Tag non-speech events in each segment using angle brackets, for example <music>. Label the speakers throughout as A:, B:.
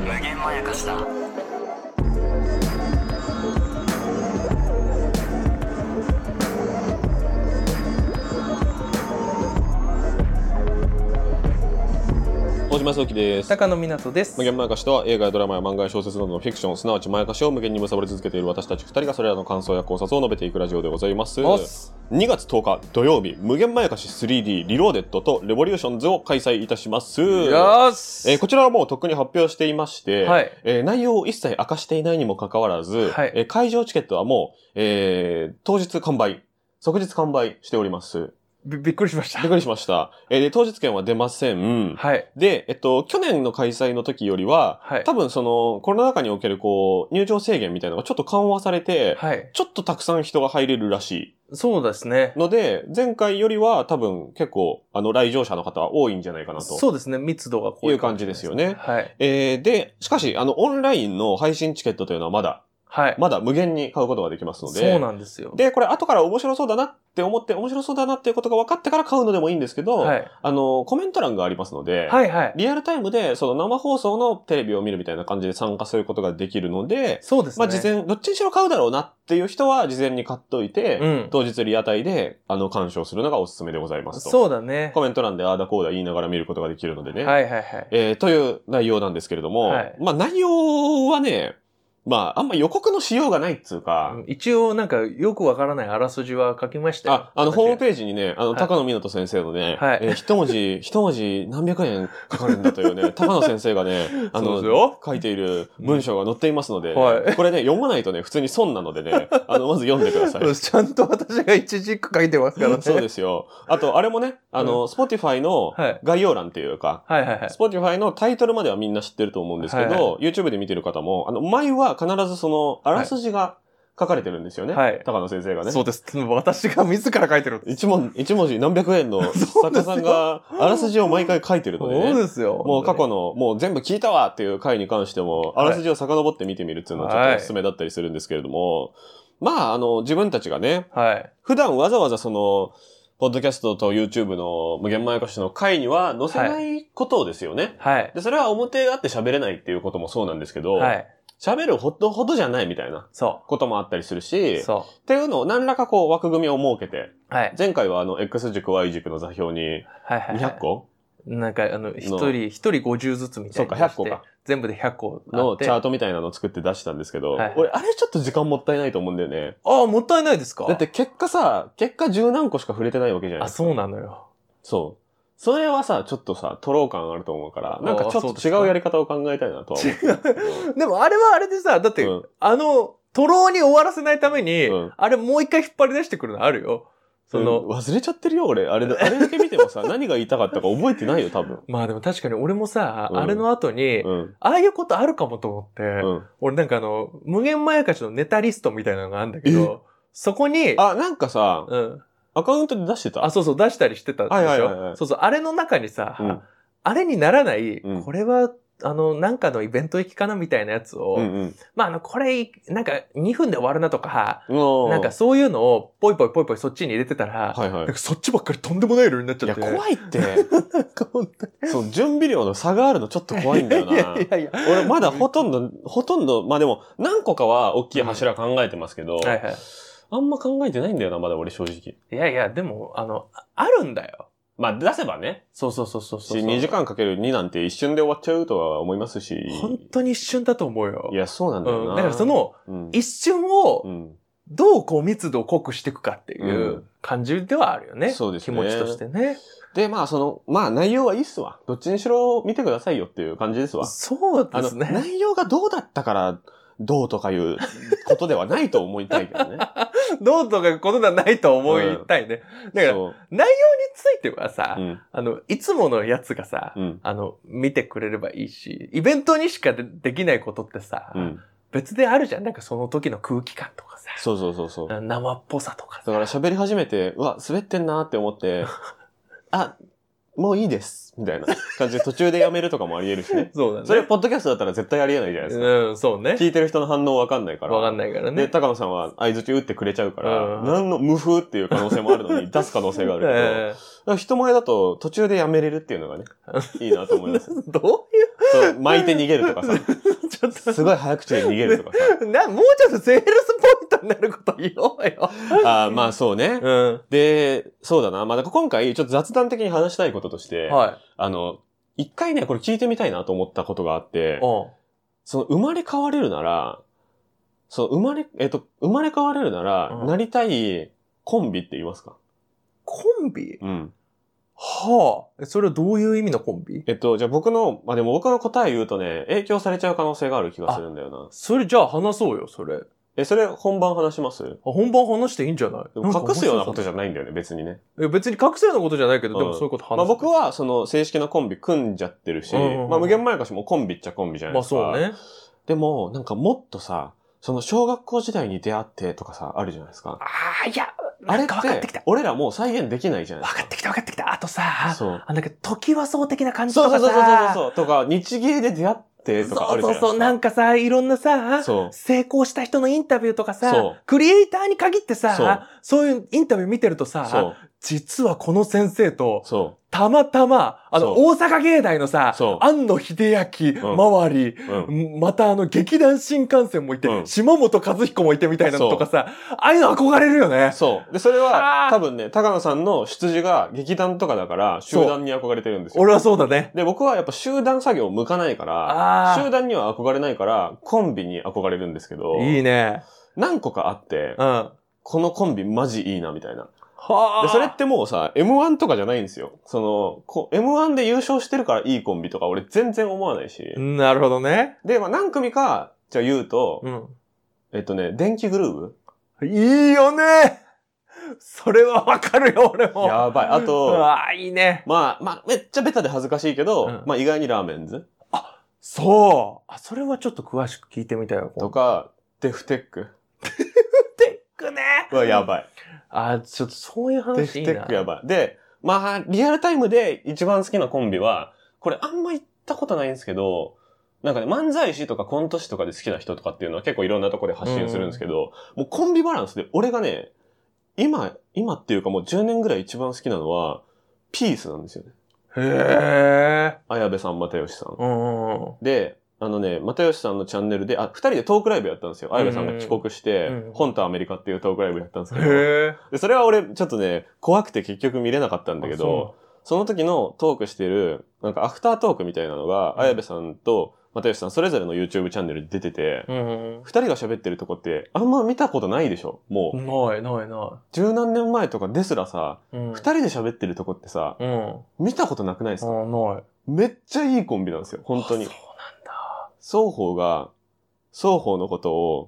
A: した
B: 大島聡樹です。
C: 高野湊です
B: 無。限まやかしとは映画やドラマや漫画や小説などのフィクション、すなわちまやかしを無限に貪り続けている私たち二人がそれらの感想や考察を述べていくラジオでございます。
C: おっす
B: 2月10日土曜日、無限まやかし 3D リローデッドとレボリューションズを開催いたします。
C: よし。
B: えーこちらはもうとっくに発表していまして、
C: はい
B: えー内容を一切明かしていないにもかかわらず、
C: はい
B: えー会場チケットはもう、えー当日完売、即日完売しております。
C: びびっくりしました
B: びっ。くりしました。えーで当日券は出ません。
C: はい。
B: で、えっと、去年の開催の時よりは、
C: はい
B: 多分その、コロナ禍におけるこう、入場制限みたいなのがちょっと緩和されて、
C: はい。
B: ちょっとたくさん人が入れるらし
C: そうですね
B: い。。ので、前回よりは多分結構、あの、来場者の方は多いんじゃないかなと。
C: そうですね。密度がこう
B: いう感じですよね
C: はい。
B: えーで、しかし、あの、オンラインの配信チケットというのはまだ、
C: はい。
B: まだ無限に買うことができますので、
C: そうなんですよ。
B: で、これ後から面白そうだなって思って、面白そうだなっていうことが分かってから買うのでもいいんですけど、
C: はい。
B: あの、コメント欄がありますので、
C: はいはい。
B: リアルタイムで、その生放送のテレビを見るみたいな感じで参加することができるので、
C: そうです
B: ま
C: ね。
B: あ事前、どっちにしろ買うだろうなっていう人は事前に買っといて、
C: うん
B: 当日リアタイで、あの、鑑賞するのがおすすめでございますと。
C: そうだね。
B: コメント欄でああだこうだ言いながら見ることができるのでね。
C: はいはいはい。
B: えーという内容なんですけれども、
C: はい
B: まあ内容はね、まああんま予告のしようがないっつうか、
C: うん一応なんかよくわからないあらすじは書きましたよ
B: あ、あの、
C: 私
B: ホームページにね、あの、
C: はい
B: 高野湊先生のね、
C: はい
B: えー一文字、一文字何百円かかるんだという
C: <laughs>
B: ね、高野先生がね、あ
C: そう
B: の
C: ですよ、
B: 書いている文章が載っていますので、
C: はい
B: これね、読まないとね、普通に損なので
C: <laughs>
B: ね、あの、まず読んでください。
C: そうですちゃんと私が一字一句書いてますからね。
B: <laughs> そうですよ。あと、あれもね、あの、Spotify の
C: はい
B: 概要欄っていうか、
C: はいはいはい。
B: Spotify のタイトルまではみんな知ってると思うんですけど、
C: はい
B: YouTube で見てる方も、あの、前は必ずその、あらすじが書かれてるんですよね。
C: はい
B: 高野先生がね。
C: そうです。私が自ら書いてるんで
B: 一
C: す。
B: 文一文字何百円
C: <laughs>
B: の作家さんがあらすじを毎回書いてるので、
C: そう
B: ね、
C: ですよ。
B: もう過去のもう全部聞いたわっていう回に関しても、あ
C: い
B: らすじを遡って見てみるっていうのはちょっとおすすめだったりするんですけれども、まあ、あの、自分たちがね、
C: はい。
B: 普段わざわざその、ポッドキャストと YouTube の無限まやかしの回には載せないことをですよね。
C: はい。
B: で、それは表があって喋れないっていうこともそうなんですけど、
C: はい。
B: 喋るほどほどじゃないみたいな
C: そ
B: こともあったりする
C: う。
B: し、っ
C: そ
B: ていうのを何らかこう枠組みを設けて、
C: う。はい。
B: 前回はあの X 軸 Y 軸の座標に
C: はいはいはい。
B: 200個
C: なんか、あの、一人、一人50ずつみたいな。
B: そうか100個か。
C: 全部で100個あって。
B: のチャートみたいなの作って出したんですけど、
C: はい
B: 俺あれちょっと時間もったいないと思うんだよね。
C: ああ、もったいないですか
B: だって結果さ、結果十何個しか触れてないわけじゃない
C: あ、そうなのよ。
B: そう。それはさ、ちょっとさ、取ろう感あると思うから、なんかち
C: あそ
B: ょ
C: う
B: っ
C: で
B: と
C: す
B: 違
C: か
B: うやり方を考えたいなとは思うんだけど。
C: <laughs> でも、あれはあれでさ、だって、
B: うん
C: あの、トロに終わらせないために、
B: うん
C: あれもう一回引っ張り出してくるのあるよ。その、
B: うん忘れちゃってるよ、俺。あれだ、あれだけ見てもさ、何が言いたかったか覚えてないよ、多
C: <laughs>
B: 分。
C: まあでも確かに俺もさ、
B: うん
C: あれの後に、
B: うん。
C: ああいうことあるかもと思って、
B: うん。
C: 俺なんかあの、無限まやかしのネタリストみたいなのがあるんだけど、そこに、
B: あ、なんかさ、
C: うん。
B: アカウントで出してた
C: あ、そうそう、出したりしてたでしょ、
B: はいはいはいはい
C: そうそう、あれの中にさ、
B: うん
C: あれにならない、
B: うん
C: これは、あの、なんかのイベント行きかなみたいなやつを、
B: うんうん。
C: まあ、あの、これ、なんか2分で終わるなとか、
B: う
C: なんか、そういうのを、ぽいぽいぽいぽいそっちに入れてたら、
B: はいはい
C: なん。かそっちばっかりとんでもない色になっち
B: い
C: ゃっ
B: や、
C: て。
B: 怖いっ
C: <laughs>
B: て。そう、準備量の差があるのちょっと怖いんだよ
C: <laughs> いや。
B: ない
C: やいや。
B: 俺まだほとんど、ほとんど、まあでも、何個かは大きい柱考えてますけど、
C: はいはい。
B: あんま考えてないんだよな、まだ俺正直。
C: いやいや、でも、あの、ああるんだよ。
B: まあ出せばね、
C: そうそうそうそうそう。
B: 2時間かける2なんて一瞬で終わっちゃうとは思いますし。
C: 本当に一瞬だと思うよ。
B: いや、そうなんだよな。
C: うん、だからそ、の、
B: うん、
C: 一瞬
B: う
C: を、
B: ん。
C: どうこう密度を濃くしていくかっていううん感じではあるよね。
B: そうですね
C: 気持ちとしてね。
B: で、まあその、まあ内容はいいっすわ。どっちにしろ見てくださいよっていう感じですわ。
C: そう
B: あ
C: で
B: の、
C: すね。
B: 内容がどうだったから、どうとかいうことではないと思いたいけど <laughs> ね。
C: どうとかいうことではないと思いたいね。だから、それに
B: そう。
C: ついてはさ、
B: うん。
C: あの、いつものやつがさ、
B: うん。
C: あの、見てくれればいいし、イベントにしかでできないことってさ、
B: うん。
C: 別であるじゃん。なんかその時の空気感とかさ、
B: そうそうそうそう。だ
C: 生っぽさとかさ。
B: から喋り始めて、うわ、滑ってんなって思 <laughs> って、あ、もういいです。みたいな感じで途中でやめるとかもあり得るし <laughs> ね。
C: そうだね。
B: それ、ポッドキャストだったら絶対ありえないじゃないですか。
C: うん、そうね。
B: 聞いてる人の反応わかんないから。
C: わかんないから
B: で、
C: ね。
B: 高野さんは相槌打ってくれちゃうから、
C: うん
B: 何の無風っていう可能性もあるのに出す可能性が <laughs> あるけど、だか
C: え
B: ら人前だと途中でやめれるっていうのがね、いいなと思います。
C: え <laughs> どういう、
B: そう巻いて逃げるとかさ、
C: ちょ
B: <laughs>
C: っ
B: すごい早口で逃げるとか
C: と、な、もうちょっとセールスポイントになること言おうよ。
B: さ。あーまあそうね。
C: うん。
B: で、そうだな。まあ、だから今回、ちょっと雑談的に話したいこととして、
C: はい。
B: あの、一回ね、これ聞いてみたいなと思ったことがあって、
C: うん。
B: その生まれ変われるなら、その生まれ、えっと、生まれ変われるなら、
C: うん
B: なりたいコンビって言いますか
C: コンビ
B: うん。
C: はあ。えそれはどういう意味のコンビ
B: えっと、じゃあ僕の、まあ、でも僕の答え言うとね、影響されちゃう可能性がある気がするんだよな。
C: それじゃあ話そうよ、それ。あ
B: え、それ本番話します
C: 本番話していいんじゃない
B: でも隠すようなことじ
C: ゃ
B: ゃないんだよね、別にね。
C: 別に隠すようなことじゃないけど、で
B: うん
C: もそういうこと話す。
B: まあ僕は、その、正式なコンビ組んじゃってるし、
C: うんうんうん
B: まあ無限前かしもコンビっちゃコンビじゃない
C: まあ
B: ですか。
C: そうね。
B: でも、なんかもっとさ、その小学校時代に出会ってとかさ、あるじゃないですか。
C: ああ、いや、
B: あれっ
C: なんか分かってき
B: て
C: た。、
B: 俺らもう再現できないじゃないです
C: 分かってきた分かってきた。あとさ
B: か。、そう。
C: あ、なんか、時はそう的な感じと
B: そう
C: か
B: そ
C: さ。
B: うそうそうそう。とか、日芸で出会ってとかあるじゃない
C: そう
B: ですか。
C: そうそう。なんかさ、いろんなさ、
B: そう
C: 成功した人のインタビューとか
B: そ
C: さ
B: う、
C: クリエイターに限って
B: そう
C: さ、そういうインタビュー見てると
B: そ
C: さ、
B: う。
C: 実はこの先生と、
B: そ
C: たまたま、あ
B: そ
C: の、大阪芸大のさ
B: そ、う
C: 安野秀明周り、
B: う。うん。
C: <laughs> またあの劇団新幹線もいて、
B: うん
C: 島本和彦もいてみたいなのとかさ、ああいうの憧れるよね。
B: そう。で、それは
C: あ、ー
B: 多分ね、高野さんの出自が劇団とかだから、集
C: そう
B: 団に憧れてるんですよ。
C: 俺はそうだね。
B: で、僕はやっぱ集団作業向かないから、
C: あー
B: 集団には憧れないから、コンビに憧れるんですけど、
C: いいね。
B: 何個かあって
C: う、ん。は
B: このコンビマジいいな、みたいな。
C: あ。
B: で、それってもうさ、M1 とかじゃないんですよ。その、こ M1 で優勝してるからいいコンビとか俺全然思わないし。
C: なるほどね。
B: で、まあ何組か、じゃあ言うと、
C: うん。
B: えっとね、電気グルーブ
C: いいよねそれはわかるよ、俺も。
B: やばい。あ
C: う
B: と、
C: わあ、いいね。
B: まあ、まあ、めっちゃベタで恥ずかしいけど、
C: うん
B: まあ意外にラーメンズ
C: そう。あ、それはちょっと詳しく聞いてみたいよ。
B: とか、デフテック
C: テックね。
B: はやばい。
C: あ、ちょっとそういう
B: デ
C: 話
B: フ
C: いい
B: テ
C: な。
B: ックやばい。で、まあ、リアルタイムで一番好きなコンビは、これあんま行ったことないんですけど、なんかね、漫才師とかコント師とかで好きな人とかっていうのは結構いろんなとこで発信するんですけど、もうコンビバランスで、俺がね、今、今っていうかもう10年ぐらい一番好きなのは、ピースなんですよね。
C: へえ。
B: 綾部さん、又吉さん。
C: うんうん
B: で、あのね、又吉さんのチャンネルで、あ、二人でトークライブやったんですよ。綾部さんが帰国して
C: うん、
B: 本とアメリカっていうトークライブやったんです
C: うん。
B: けど、
C: へえ。
B: でそれは俺ちょっとね、怖くて結局見れなかったんだけど、
C: あ、
B: その時のトークしてる、なんかアフタートークみたいなのが、
C: うん
B: 綾部さんと又吉さんそれぞれの YouTube チャンネルで出てて、
C: そううん
B: 二人が喋ってるとこってあんま見たことないでしょもう、
C: ないないな
B: 十何年前とかですらさ、
C: い。うん
B: 二人で喋ってるとこってさ、
C: うん。
B: 見たことなくないですか、
C: あ、ない。
B: めっちゃいいコンビなんですよ、本当に
C: あ。そ
B: 双方が、双方のことを、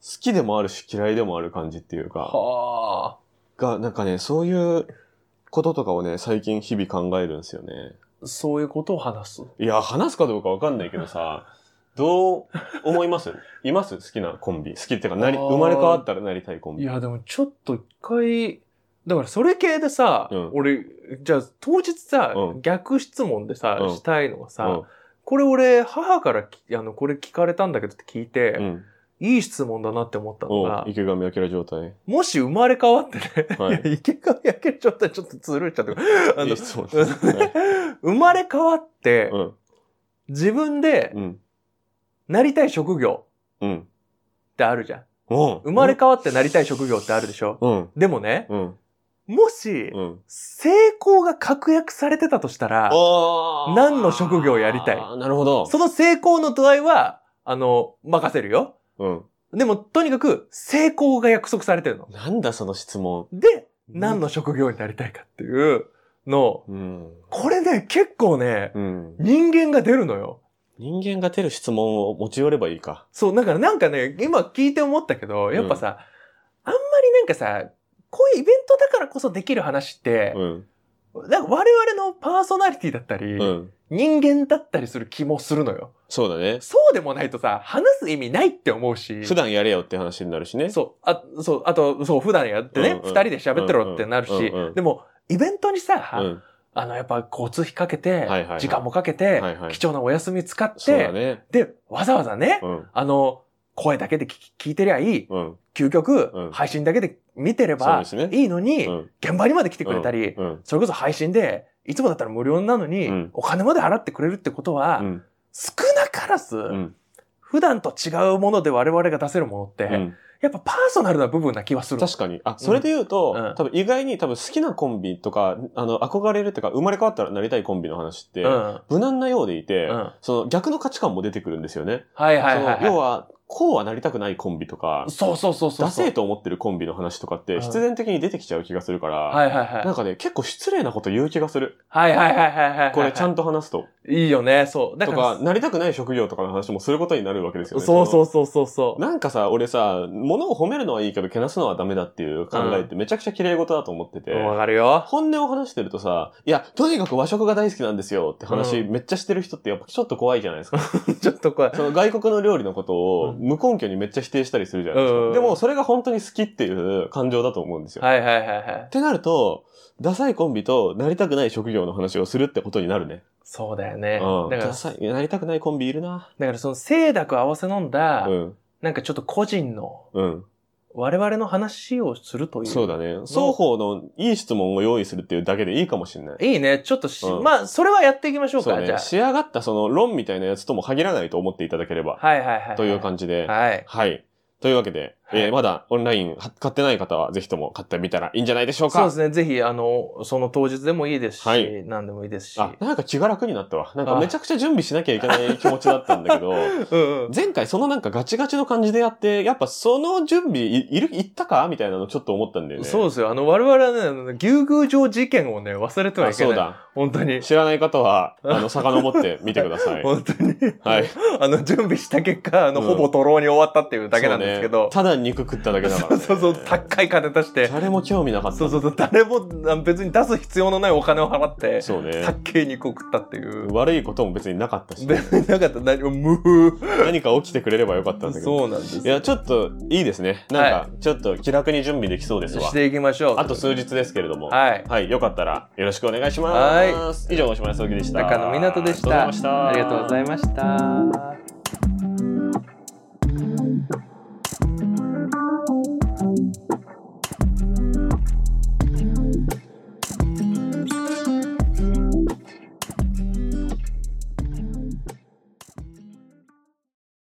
B: 好きでもあるし嫌いでもある感じっていう
C: うなんだ。
B: か、
C: はあ。
B: が、なんかね、そういうこととかをね、最近日々考えるんですよね。
C: そういうことを話す。
B: いや、話すかどうかわかんないけどさ、どう思います <laughs> います好きなコンビ。好きっていうか、なり、
C: あー
B: 生まれ変わったらなりたいコン
C: い
B: ビ。
C: や、でもちょっと一回、だからそれ系でさ、
B: うん
C: 俺、じゃあ当日さ、
B: うん
C: 逆質問でさ、
B: うん
C: したいのがさ、
B: うん
C: これ俺、母からきあの、これ聞かれたんだけどって聞いて、
B: うん。
C: いい質問だなって思ったの
B: お
C: が
B: う、池上彰状
C: <laughs>
B: 態。
C: もし生まれ変わってね、
B: はい
C: いや、池上彰ちょっとちょっとずるいっちゃって、あ
B: い
C: の
B: い、質問ですはい
C: 生まれ変わって、
B: うん。
C: 自分で
B: うん。
C: なりたい職業
B: うん。
C: ってあるじゃん。
B: おう
C: 生まれ変わってなりたい職業ってあるでしょ。
B: うん。
C: でもね、
B: うん。
C: もし、
B: うん。
C: 成功が確約されてたとしたら、
B: おー
C: 何の職業やりたい
B: あーなるほど。
C: その成功の度合いは、あの、任せるよ。
B: うん。
C: でも、とにかく、成功が約束されてるの。
B: なんだその質問。
C: で、何の職業になりたいかっていうのを、
B: うん。
C: これね、結構ね、
B: うん。
C: 人間が出るのよ。
B: 人間が出る質問を持ち寄ればいいか。
C: そう、だからなんかね、今聞いて思ったけど、やっぱさ、あんまりなんかさ、こういうイベントだからこそできる話って、
B: うん。
C: なんか我々のパーソナリティだったり、
B: うん。
C: 人間だったりする気もするのよ。
B: そうだね。
C: そうでもないとさ、話す意味ないって思うし。
B: 普段やれよって話になるしね。
C: そう、あ、そう、あと、そう、普段やって
B: うん
C: ね
B: う、ん
C: 二、人で喋ってろってなるし、
B: うんうんうん
C: でも、イベントにさ、
B: ん。
C: あの、やっぱ交通費かけて、
B: はいはい
C: 時間もかけて、
B: はいはい
C: 貴重なお休み使って、
B: そうだね。
C: で、わざわざね、
B: うん。
C: あの、声だけで聞き聞いてりゃいい、
B: うん。
C: 究極、
B: うん
C: 配信だけで見てれば
B: そうですね
C: いいのに、
B: うん。
C: 現場にまで来てくれたり、
B: うん。
C: それこそ配信で、いつもだったら無料なのに、
B: うん
C: お金まで払ってくれるってことは、
B: うん。
C: 少なからず、
B: うん。
C: 普段と違うもので我々が出せるものって、
B: うん
C: やっぱパーソナルな部分な気はする。
B: 確かに。あ、それで言うと、
C: うん
B: 多分意外に多分好きなコンビとか、あの、憧れるとか、生まれ変わったらなりたいコンビの話って、
C: うん。
B: 無難なようでいて、
C: うん
B: その逆の価値観も出てくるんですよね。
C: はいはいはい、
B: その要は、こうはなりたくないコンビとか、
C: そうそうそうそう。
B: ダセーと思ってるコンビの話とかっ
C: う
B: て
C: ん
B: 必然的に出てきちゃう気がするから、
C: はいはい
B: な
C: は
B: んかね、結構失礼なこと言う気がする。
C: い。はいはいはいはいはい。
B: これちゃ
C: ん
B: んと話すと。
C: いいよね、そう。だ
B: と
C: から
B: か、、なりたくない職業とかの話もすることになるわけですよね。。
C: そうそううそうそうそう。
B: なんかさ、俺さ、物を褒めるのはいいけど、けなすのはダメだっていう考えってめちゃくちゃ綺麗事だと思ってて。
C: わかるよ。
B: 本音を話してるとさ、いや、とにかく和食が大好きなんですよって話めっちゃしてる人ってやっぱちょっと怖いじゃない
C: <laughs>
B: ですか。
C: ちょっとこれ。
B: その外国の料理のことを
C: うん
B: 無根拠にめっちゃ否定したりするじゃないです
C: うんうんう
B: か。
C: ん
B: でもそれが本当に好きっていう感情だと思うんですよ。
C: はいはいはいはい
B: っ。てなると、ダサいコンビとなりたくない職業の話をするってことになるね。
C: そうだよね。
B: うん。
C: だから
B: ダ、サい、なりたくないコンビいるな。
C: だからその、清濁合わせ飲んだ、
B: うん。
C: なんかちょっと個人の、
B: うん。
C: 我々の話をするという。
B: そうだね。双方のいい質問を用意するっていうだけでいいかもしれない。
C: いいね。ちょっとし、
B: うん
C: まあ、それはやっていきましょう
B: そう
C: か、じ
B: ね。
C: ゃあ。
B: 仕上がったその論みたいなやつとも限らないと思っていただければ。
C: はいはいはいはい。
B: という感じで。
C: はい。
B: はい。というわけで、
C: はい
B: えーまだオンラインは買ってない方は、ぜひとも買ってみたらいいんじゃないでしょうか。
C: そうですね。ぜひ、あの、その当日でもいいですし、
B: はい
C: 何でもいいですし。
B: あ、なんか気が楽になったわ。なん
C: あ
B: かめちゃくちゃ準備しなきゃいけない気持ちだったんだ
C: <laughs>
B: けど、
C: うんうん。
B: 前回そのなんかガチガチの感じでやって、やっぱその準備い、いる、いったかみたいなのちょっと思ったんだよね。
C: そうですよ。あの、我々はねあの、牛宮城事件をね、忘れてはい
B: あ
C: け
B: そう
C: ない。
B: だ。
C: 本当に。
B: 知らない方
C: <laughs>
B: は、あの、遡ってみてください。
C: 本当に。
B: はい。
C: <laughs> あの、準備した結果、あの、
B: うん
C: ほぼとろに終わったっていうだけなんですけ
B: そう
C: ど
B: ね。ただ肉食っただけだから、
C: <laughs> そう
B: ね。
C: そうそう、高い金出して。
B: 誰も興味なかった。
C: そうそうそう、誰もあ別に出す必要のないお金を払って、
B: <laughs> そうね
C: たっけえ肉を食ったっていう。
B: 悪いことも別になかったし、
C: 別になかった、何も、無風。
B: 何か起きてくれればよかったんだけど。
C: そうなんです
B: いや、ちょっといいですね。なんか、ちょっと気楽に準備できそうですわ
C: し。ていきましょう。
B: あと数日ですけれども。
C: はい。
B: よかったらよろしくお願いします。以上、大島康之でした。
C: 中野湊でし
B: あ
C: た。
B: りがとうございました。
C: ありがとうございました。